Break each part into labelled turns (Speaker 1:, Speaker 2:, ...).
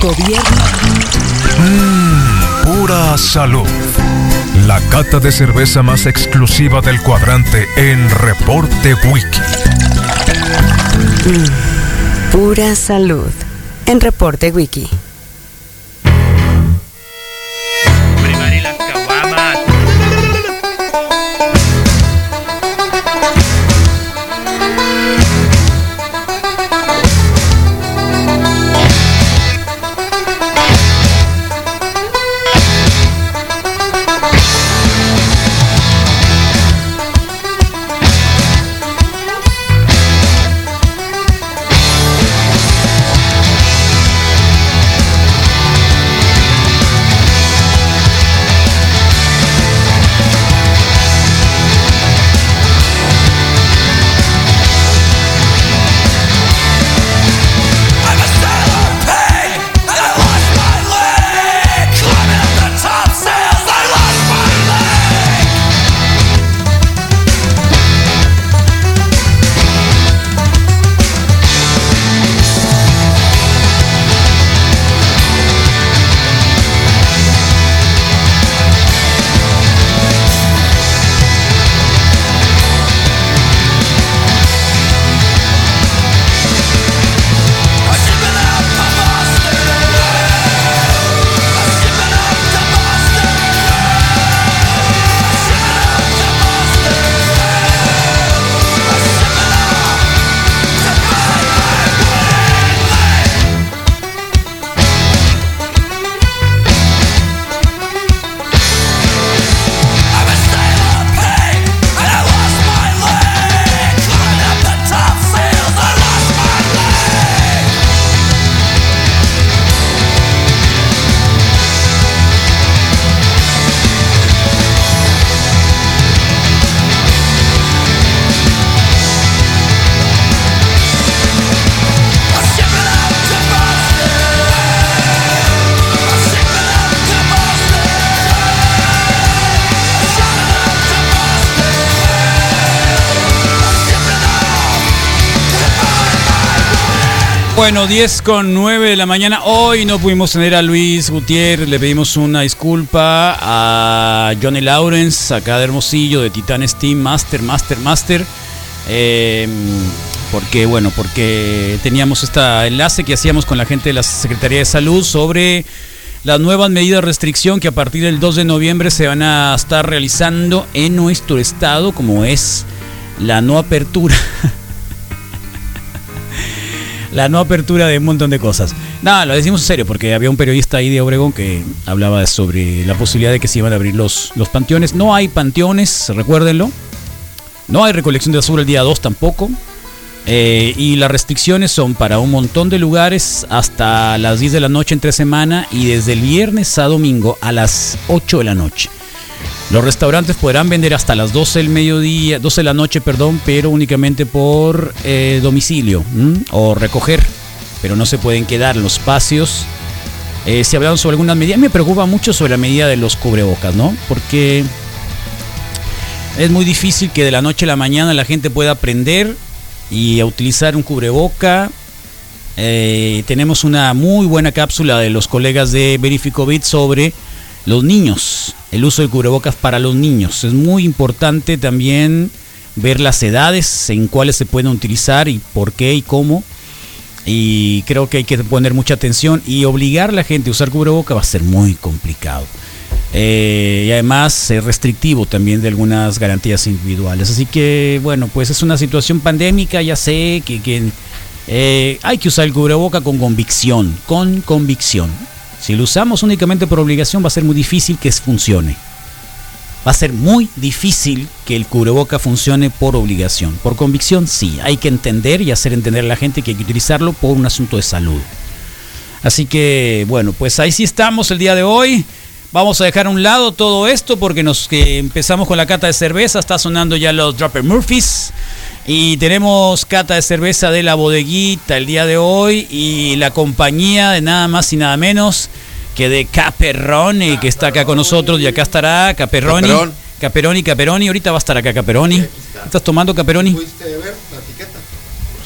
Speaker 1: Gobierno.
Speaker 2: Mmm, pura salud. La cata de cerveza más exclusiva del cuadrante en Reporte Wiki.
Speaker 1: Pura salud. En Reporte Wiki.
Speaker 3: Prepare las caguamas.
Speaker 4: I'm a sailor pig. I lost my leg. Climbing up the top sails. I lost my leg. I'm shipping out to Boston. I'm shipping out to Boston. I'm shipping out to Boston. I'm shipping out to Boston. I'm a sailor pig, and I lost my leg. Climbing up the top sails, I lost my leg. I'm shipping out to Boston. I'm shipping out to Boston. I'm shipping out to Boston. I'm shipping
Speaker 5: Bueno, 10 con 9 de la mañana. Hoy no pudimos tener a Luis Gutiérrez. Le pedimos una disculpa a Johnny Lawrence, acá de Hermosillo, de Titanes Team, Master, Master, Master. Eh, porque, bueno, porque teníamos este enlace que hacíamos con la gente de la Secretaría de Salud sobre las nuevas medidas de restricción que a partir del 2 de noviembre se van a estar realizando en nuestro estado, como es la no apertura la no apertura de un montón de cosas. Nada, lo decimos en serio, porque había un periodista ahí de Obregón que hablaba sobre la posibilidad de que se iban a abrir los, los panteones. No hay panteones, recuérdenlo. No hay recolección de basura el día 2 tampoco. Eh, y las restricciones son para un montón de lugares hasta las 10 de la noche entre semana y desde el viernes a domingo a las 8 de la noche. Los restaurantes podrán vender hasta las 12 del mediodía, 12 de la noche, perdón, pero únicamente por eh, domicilio ¿m? o recoger, pero no se pueden quedar en los espacios. Eh, se hablaron sobre algunas medidas. Me preocupa mucho sobre la medida de los cubrebocas, ¿no? Porque es muy difícil que de la noche a la mañana la gente pueda aprender y a utilizar un cubreboca. Eh, tenemos una muy buena cápsula de los colegas de Verificovit sobre los niños, el uso del cubrebocas para los niños. Es muy importante también ver las edades en cuáles se pueden utilizar y por qué y cómo. Y creo que hay que poner mucha atención y obligar a la gente a usar cubreboca va a ser muy complicado. Eh, y además es restrictivo también de algunas garantías individuales. Así que bueno, pues es una situación pandémica, ya sé que, que, eh, hay que usar el cubreboca con convicción, con convicción. Si lo usamos únicamente por obligación va a ser muy difícil que funcione. Va a ser muy difícil que el cubreboca funcione por obligación. Por convicción sí, hay que entender y hacer entender a la gente que hay que utilizarlo por un asunto de salud. Así que, bueno, pues ahí sí estamos el día de hoy. Vamos a dejar a un lado todo esto porque nos que empezamos con la cata de cerveza. Está sonando ya los Dropper Murphys. Y tenemos cata de cerveza de la bodeguita el día de hoy. Y la compañía de nada más y nada menos que de Caperroni, que está acá con nosotros. Y acá estará Caperroni.
Speaker 6: Caperón.
Speaker 5: Caperoni, Caperoni. Ahorita va a estar acá Caperoni. ¿Estás tomando Caperoni?
Speaker 6: ¿Pudiste ver la etiqueta?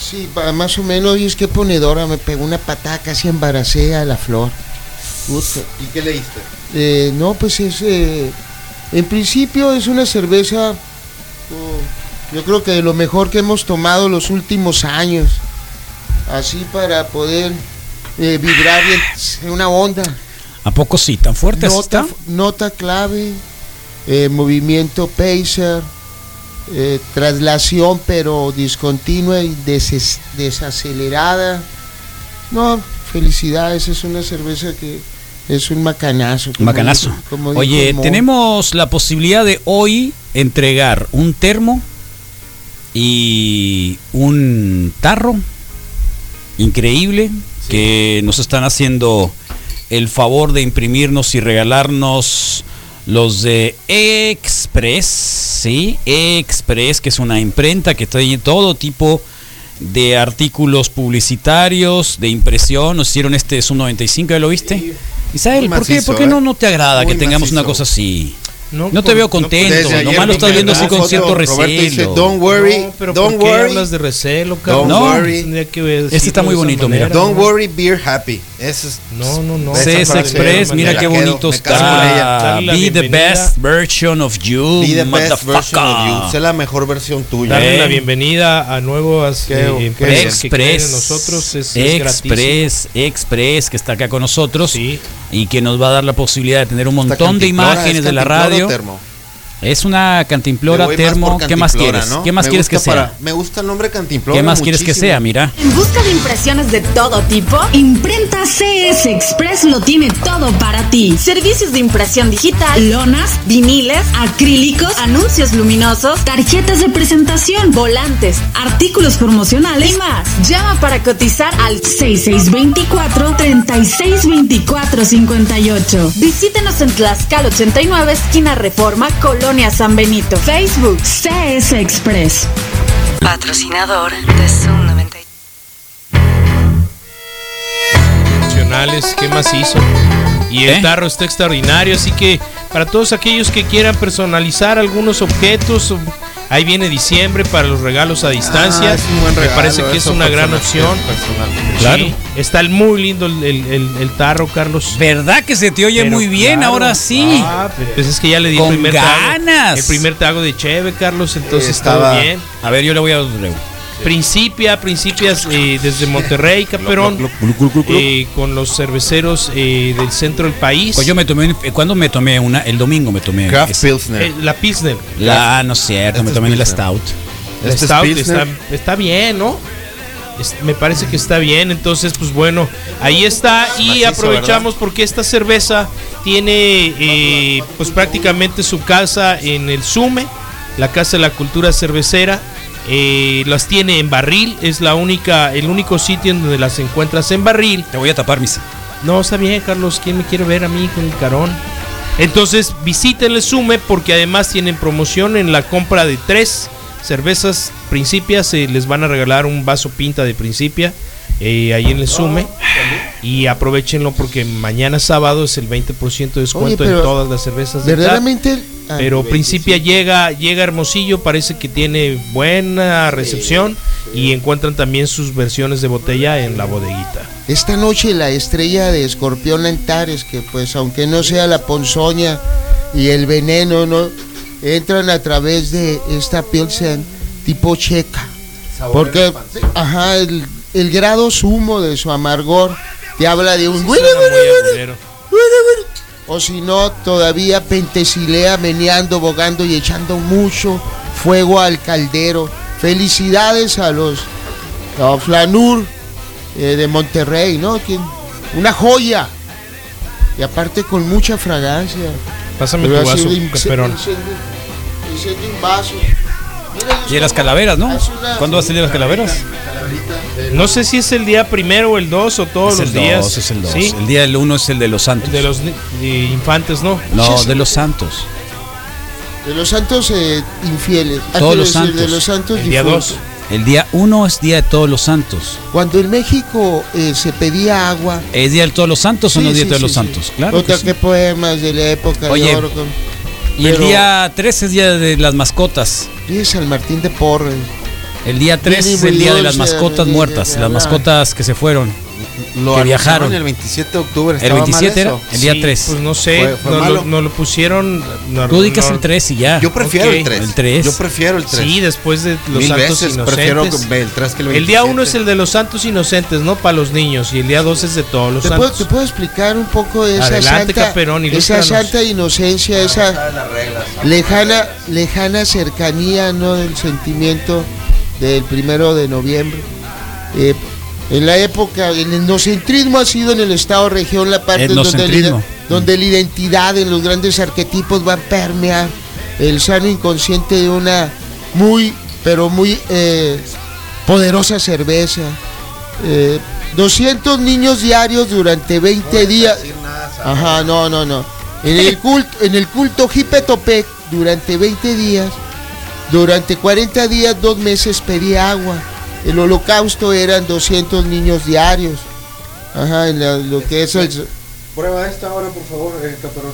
Speaker 6: Sí, pa- más o menos, y es que ponedora, me pegó una patada, casi embaracé a la flor. Puta.
Speaker 7: ¿Y qué leíste?
Speaker 6: Eh, no, pues es. eh, en principio es una cerveza. oh, yo creo que de lo mejor que hemos tomado los últimos años. Así para poder eh, vibrar bien en una onda.
Speaker 5: ¿A poco sí? ¿Tan fuerte
Speaker 6: Nota,
Speaker 5: está?
Speaker 6: nota clave, eh, movimiento pacer, eh, traslación pero discontinua y deses- desacelerada. No, felicidades, es una cerveza que es un macanazo. como
Speaker 5: Macanazo.
Speaker 6: dijo- como dijo
Speaker 5: Oye,
Speaker 6: Mo.
Speaker 5: tenemos la posibilidad de hoy entregar un termo y un tarro increíble que nos están haciendo el favor de imprimirnos y regalarnos los de Express, ¿sí? Express, que es una imprenta que tiene todo tipo de artículos publicitarios, de impresión. Nos hicieron este Zoom 95, ¿ya lo viste? Isabel,
Speaker 7: Muy
Speaker 5: ¿por qué,
Speaker 7: macizo,
Speaker 5: por qué
Speaker 7: ¿eh?
Speaker 5: no, no te agrada
Speaker 7: Muy
Speaker 5: que tengamos una
Speaker 7: macizo.
Speaker 5: cosa así? No,
Speaker 8: No,
Speaker 5: te
Speaker 8: por-
Speaker 5: veo
Speaker 8: no,
Speaker 5: contento,
Speaker 7: Desde ayer
Speaker 5: nomás lo estás
Speaker 7: me
Speaker 5: viendo así
Speaker 7: mandó
Speaker 5: con
Speaker 7: foto,
Speaker 5: cierto
Speaker 7: Roberto dice,
Speaker 5: recelo.
Speaker 7: Don't worry,
Speaker 8: No, pero
Speaker 7: don't
Speaker 8: ¿por qué
Speaker 7: worry,
Speaker 8: hablas de recelo, cabrón?
Speaker 7: Don't
Speaker 8: No,
Speaker 7: worry.
Speaker 8: tendría que ver-
Speaker 5: Este está
Speaker 8: decirlo
Speaker 5: muy
Speaker 8: de esa
Speaker 5: bonito, mira.
Speaker 8: manera,
Speaker 7: don't
Speaker 8: ¿no?
Speaker 7: worry, beer happy. Eso es,
Speaker 8: No, no, no.
Speaker 7: esa
Speaker 8: CS
Speaker 5: CS
Speaker 7: frase,
Speaker 5: Express,
Speaker 7: me
Speaker 5: mira
Speaker 7: la
Speaker 5: qué
Speaker 7: quedo,
Speaker 5: bonito
Speaker 7: me caso con ella.
Speaker 5: está.
Speaker 8: Darle la
Speaker 5: Be the
Speaker 8: bienvenida.
Speaker 5: best version of you,
Speaker 7: Be the best version of you. Sé
Speaker 5: motherfucker.
Speaker 7: la mejor versión tuya.
Speaker 8: Darle
Speaker 5: Eh.
Speaker 8: la bienvenida a nuevas
Speaker 7: Qué-
Speaker 8: eh,
Speaker 7: qué
Speaker 8: empresas que creen
Speaker 5: Express,
Speaker 8: en nosotros. Es, es gratísimo.
Speaker 5: Express, Express, que está acá con nosotros
Speaker 8: Sí.
Speaker 5: y que nos va a dar la posibilidad de tener un
Speaker 7: Esta
Speaker 5: montón de
Speaker 7: cantimplora,
Speaker 5: imágenes
Speaker 7: ¿es
Speaker 5: de la
Speaker 7: cantimplora
Speaker 5: radio.
Speaker 7: o termo?
Speaker 5: Es una cantimplora,
Speaker 7: Me voy más
Speaker 5: termo.
Speaker 7: por
Speaker 5: ¿Qué más
Speaker 7: cantimplora,
Speaker 5: quieres?
Speaker 7: ¿no?
Speaker 5: ¿Qué más
Speaker 7: Me
Speaker 5: quieres que
Speaker 7: gusta para-
Speaker 5: sea?
Speaker 7: Me gusta el nombre cantimplora.
Speaker 5: ¿Qué más quieres que
Speaker 7: muchísimo.
Speaker 5: sea? Mira.
Speaker 9: En busca de impresiones de todo tipo, Imprenta CS Express lo tiene todo para ti. Servicios de impresión digital, lonas, viniles, acrílicos, anuncios luminosos, tarjetas de presentación, volantes, artículos promocionales y más. Llama para cotizar al 6624-362458. Visítenos en Tlaxcal 89, esquina Reforma, Colonia San Benito. Facebook CS Express.
Speaker 1: Patrocinador de Zoom 90.
Speaker 8: Nacionales, ¿qué más hizo? Y
Speaker 5: ¿Eh?
Speaker 8: el tarro está extraordinario, así que para todos aquellos que quieran personalizar algunos objetos, o- ahí viene diciembre para los regalos a distancia.
Speaker 7: Ah, es un buen regalo,
Speaker 8: Me parece que es
Speaker 7: eso
Speaker 8: una gran
Speaker 7: personal-
Speaker 8: opción.
Speaker 7: personal.
Speaker 5: Claro.
Speaker 8: Sí, está el- muy lindo el, el- el- el tarro, Carlos.
Speaker 5: ¿Verdad que se te oye
Speaker 8: Pero
Speaker 5: muy bien
Speaker 8: claro,
Speaker 5: ahora sí?
Speaker 8: ah, pues es que ya le di el
Speaker 5: Con
Speaker 8: primer
Speaker 5: ganas.
Speaker 8: trago. El primer trago de cheve, Carlos, entonces
Speaker 7: Eh,
Speaker 8: estaba
Speaker 7: estaba-
Speaker 8: bien.
Speaker 5: A ver, yo le voy a dar otro.
Speaker 8: Principia, Principias eh, desde Monterrey, Caperón, eh, con los cerveceros eh, del centro del país.
Speaker 5: Pues yo me tomé, un- eh, ¿cuándo me tomé una? El domingo me tomé.
Speaker 7: Craft
Speaker 5: es-
Speaker 7: Pilsner.
Speaker 8: Eh, la Pilsner.
Speaker 5: la, Ah, no es cierto,
Speaker 7: Este
Speaker 5: me
Speaker 7: es
Speaker 5: tomé la
Speaker 7: Pilsner.
Speaker 5: Stout.
Speaker 8: La
Speaker 7: Este es
Speaker 8: Stout
Speaker 7: Pilsner.
Speaker 8: está, está bien, ¿no? Es- me parece que está bien, entonces pues bueno, ahí está y
Speaker 7: Macizo,
Speaker 8: aprovechamos porque esta cerveza tiene eh, pues prácticamente su casa en el Sume, la casa de la cultura cervecera. eh, las tiene en barril, es la única, el único sitio en donde las encuentras en barril.
Speaker 5: Te voy a tapar mis.
Speaker 8: No, está bien, Carlos. ¿Quién me quiere ver a mí con el carón? Entonces, visítenle Sume porque además tienen promoción en la compra de tres cervezas Principia. Se les van a regalar un vaso pinta de Principia eh, ahí en el Sume. Y aprovechenlo porque mañana sábado es el 20% de
Speaker 6: Oye,
Speaker 8: descuento
Speaker 6: pero
Speaker 8: en todas las cervezas de
Speaker 6: Verdaderamente. ah,
Speaker 8: pero Principia llega, llega a Hermosillo, parece que tiene buena recepción y encuentran también sus versiones de botella en la bodeguita.
Speaker 6: Esta noche la estrella de Escorpión Antares, que pues aunque no sea la ponzoña y el veneno, ¿no? entran a través de esta Pilsen tipo checa. Porque ajá, el, el grado sumo de su amargor te habla de un...
Speaker 8: Suena muy agudero.
Speaker 6: O si no, todavía pentesilea, meneando, bogando y echando mucho fuego al caldero. Felicidades a los a Flanur eh, de Monterrey, ¿no? Quien- Una joya. Y aparte con mucha fragancia.
Speaker 8: Pásame
Speaker 6: Pero
Speaker 8: tu
Speaker 6: ha
Speaker 8: vaso,
Speaker 6: sido ince-
Speaker 8: Caperón.
Speaker 6: incendio- incendio en vaso. Mira,
Speaker 5: Y de las calaveras, ¿no?
Speaker 6: Haz una-
Speaker 5: ¿Cuándo va a salir las calaveras?
Speaker 8: No sé si es el día primero o el 2 o todos
Speaker 5: Es el
Speaker 8: los días.
Speaker 5: dos, es el 2.
Speaker 8: ¿sí?
Speaker 5: El día del 1 es el de los santos.
Speaker 8: El de los ni- de infantes, ¿no?
Speaker 5: no, de los santos.
Speaker 6: De los santos eh, infieles. Ah,
Speaker 5: Todos
Speaker 6: quiero
Speaker 5: los
Speaker 6: decir, De
Speaker 5: santos.
Speaker 6: los santos
Speaker 8: El día
Speaker 6: difuntos.
Speaker 8: 2.
Speaker 5: El día 1 es día de todos los santos.
Speaker 6: Cuando en México eh, se pedía agua,
Speaker 5: ¿Es día de todos los santos o no es día de todos los santos? Claro. que
Speaker 6: Puta,
Speaker 5: sí.
Speaker 6: qué poemas de la época
Speaker 5: Oye,
Speaker 6: de oro. con-
Speaker 5: Y el
Speaker 6: pero-
Speaker 5: día 3 es día de las mascotas.
Speaker 6: Y San Martín de Porres.
Speaker 5: El día 3 es
Speaker 6: Mínimo
Speaker 5: el día de
Speaker 6: dulce,
Speaker 5: las mascotas
Speaker 6: de- de-
Speaker 5: muertas,
Speaker 6: de
Speaker 5: las
Speaker 6: hablar.
Speaker 5: mascotas que se fueron.
Speaker 7: Lo
Speaker 5: Que
Speaker 7: anunciaron
Speaker 5: viajaron.
Speaker 7: El 27 de octubre.
Speaker 5: El
Speaker 7: estaba mal
Speaker 5: 27 era
Speaker 7: eso.
Speaker 5: el día 3.
Speaker 8: Pues no sé,
Speaker 7: Fue- fue
Speaker 8: no,
Speaker 7: malo.
Speaker 8: lo, no lo pusieron. no-
Speaker 5: Tú di que es
Speaker 8: no-
Speaker 5: el 3 y ya.
Speaker 7: Yo prefiero
Speaker 8: Ok.
Speaker 7: el 3.
Speaker 5: El tres.
Speaker 7: Yo prefiero el 3.
Speaker 8: Sí, después de los
Speaker 7: Mil
Speaker 8: santos
Speaker 7: veces
Speaker 8: inocentes.
Speaker 7: prefiero el 3 que el 27.
Speaker 8: El día 1 es el de los santos inocentes, ¿no? Para los niños. Y el día 2 es de todos los
Speaker 6: ¿Te puedo,
Speaker 8: santos.
Speaker 6: te puedo explicar un poco de esa
Speaker 8: Adelante,
Speaker 6: santa,
Speaker 8: Caperón,
Speaker 6: esa
Speaker 8: ilústranos.
Speaker 6: santa inocencia, esa lejana, lejana cercanía ¿no? del sentimiento del primero de noviembre? Eh, en la época, el etnocentrismo ha sido en el Estado región la parte en donde, la,
Speaker 5: Etnocentrismo.
Speaker 6: donde la identidad en los grandes arquetipos va a permear el sano inconsciente de una muy, pero muy eh, poderosa cerveza. Eh, 200 niños diarios durante 20 días. Ajá, no, no, no. En el culto, en el culto Jipetopec durante 20 días, durante 40 días, dos meses pedí agua. El holocausto eran 200 niños diarios. Ajá, en la- lo que es el...
Speaker 7: Prueba esta ahora, por favor, eh, Caperón.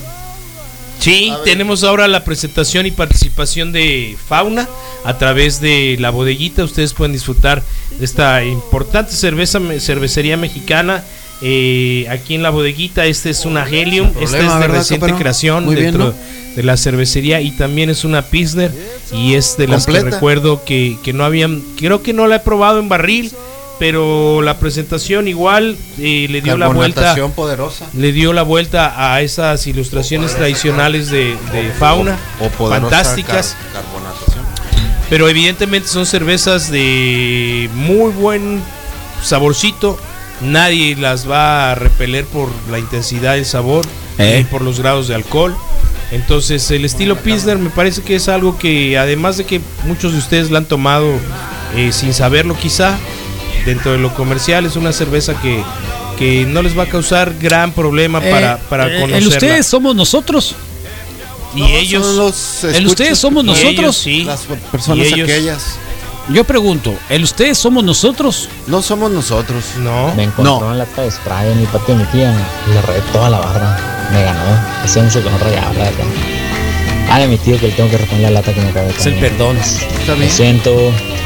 Speaker 8: Sí, tenemos ahora la presentación y participación de Fauna a través de la bodeguita. Ustedes pueden disfrutar de esta importante cerveza me- cervecería mexicana. eh, aquí en la bodeguita, este es una Helium,
Speaker 7: Sin
Speaker 8: esta
Speaker 7: problema,
Speaker 8: es de
Speaker 7: ¿verdad,
Speaker 8: reciente
Speaker 7: Caperón?
Speaker 8: creación
Speaker 7: Muy bien,
Speaker 8: dentro
Speaker 7: ¿no?
Speaker 8: de la cervecería y también es una Pilsner y es de las que
Speaker 7: Completa.
Speaker 8: recuerdo que, que no habían, creo que no la he probado en barril, pero la presentación igual eh, le dio la vuelta
Speaker 7: Carbonatación poderosa.
Speaker 8: le dio la vuelta a esas ilustraciones tradicionales de, de fauna,
Speaker 7: O poderosa
Speaker 8: fantásticas,
Speaker 7: car- carbonatación.
Speaker 8: pero evidentemente son cervezas de muy buen saborcito. Nadie las va a repeler por la intensidad del sabor
Speaker 5: Eh.
Speaker 8: ni por los grados de alcohol. Entonces el estilo Pilsner me parece que es algo que además de que muchos de ustedes la han tomado eh, sin saberlo quizá, dentro de lo comercial es una cerveza que, que no les va a causar gran problema
Speaker 5: Eh,
Speaker 8: para, para
Speaker 5: eh,
Speaker 8: conocerla.
Speaker 5: El ustedes somos nosotros.
Speaker 8: y
Speaker 7: No,
Speaker 8: ellos...
Speaker 7: son los
Speaker 5: el ustedes
Speaker 7: escuchas
Speaker 5: somos
Speaker 7: que-
Speaker 8: y
Speaker 5: nosotros.
Speaker 8: ellos sí.
Speaker 7: Las personas
Speaker 8: Y ellos-
Speaker 7: aquellas.
Speaker 5: Yo pregunto, ¿el ustedes somos nosotros?
Speaker 7: No somos nosotros.
Speaker 8: No.
Speaker 10: Me encontró en la de spray en el patio de mi tía. Le regué toda la barra. Me ganó. Hacía mucho que no regaba, la verdad. Dale a mi tío que le tengo que responder la lata que me acabé
Speaker 5: Es el
Speaker 10: comiendo.
Speaker 5: perdón.
Speaker 7: Está
Speaker 10: Lo
Speaker 7: bien.
Speaker 10: siento.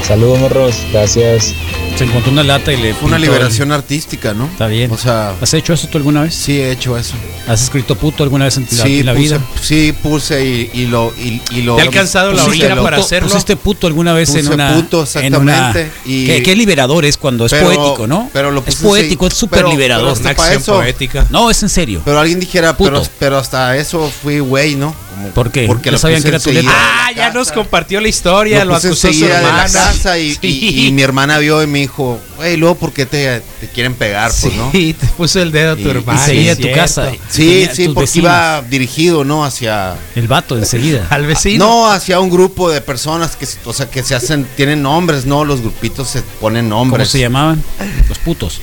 Speaker 10: Saludos, morros. Gracias.
Speaker 5: Se encontró una lata y le...
Speaker 7: Fue
Speaker 5: pintó
Speaker 7: una
Speaker 5: el-
Speaker 7: liberación artística, ¿no?
Speaker 5: Está bien.
Speaker 7: O sea,
Speaker 5: ¿Has hecho eso tú alguna vez?
Speaker 7: sí he hecho eso.
Speaker 5: ¿Has escrito puto alguna vez en la,
Speaker 7: sí,
Speaker 5: en la
Speaker 7: puse,
Speaker 5: vida?
Speaker 7: sí puse y, y lo y, y lo
Speaker 8: Te ha alcanzado la
Speaker 7: puse
Speaker 8: orina
Speaker 7: lo-
Speaker 8: para hacerlo.
Speaker 5: ¿Pusiste puto alguna vez en
Speaker 7: Puse
Speaker 5: una...
Speaker 7: puto,
Speaker 5: en una-
Speaker 7: exactamente, y-
Speaker 5: ¿Qué, qué liberador es cuando es
Speaker 7: Pero-
Speaker 5: poético, ¿no?
Speaker 7: pero lo
Speaker 5: es
Speaker 7: puse
Speaker 5: poético,
Speaker 7: así.
Speaker 5: es súper
Speaker 7: Pero
Speaker 5: liberador.
Speaker 7: hasta
Speaker 8: Una
Speaker 7: para
Speaker 8: acción
Speaker 7: eso-
Speaker 8: poética.
Speaker 5: No, es en serio.
Speaker 7: Pero alguien dijera, pero,
Speaker 5: Puto.
Speaker 7: pero hasta eso fui güey, ¿no? Como-
Speaker 5: ¿Por qué?
Speaker 7: Porque
Speaker 5: No
Speaker 7: lo
Speaker 5: sabían
Speaker 7: puse
Speaker 5: que era tu
Speaker 7: enseguida
Speaker 5: letra.
Speaker 7: de la
Speaker 8: Ah, ya
Speaker 7: casa.
Speaker 8: nos compartió la historia, lo,
Speaker 7: lo puse
Speaker 8: acusó su
Speaker 7: enseguida de la
Speaker 8: hermana.
Speaker 7: casa y, y- y
Speaker 8: Sí.
Speaker 7: mi hermana vio y me dijo, güey, luego ¿por qué te, te quieren pegar? Pues, ¿no?
Speaker 8: Sí, te puso el dedo a tu
Speaker 7: Y- y
Speaker 8: hermana.
Speaker 5: seguía
Speaker 8: es
Speaker 5: tu
Speaker 8: cierto.
Speaker 5: casa.
Speaker 7: Sí,
Speaker 5: Tenía
Speaker 7: sí,
Speaker 5: tus
Speaker 7: porque
Speaker 5: vecinos.
Speaker 7: iba dirigido, ¿no? Hacia...
Speaker 5: El vato enseguida.
Speaker 8: Al vecino.
Speaker 7: No, hacia un grupo de personas que, se- o sea, que se hacen, tienen nombres, ¿no? Los grupitos se ponen
Speaker 5: ¿Cómo
Speaker 7: nombres.
Speaker 5: se llamaban? Los putos.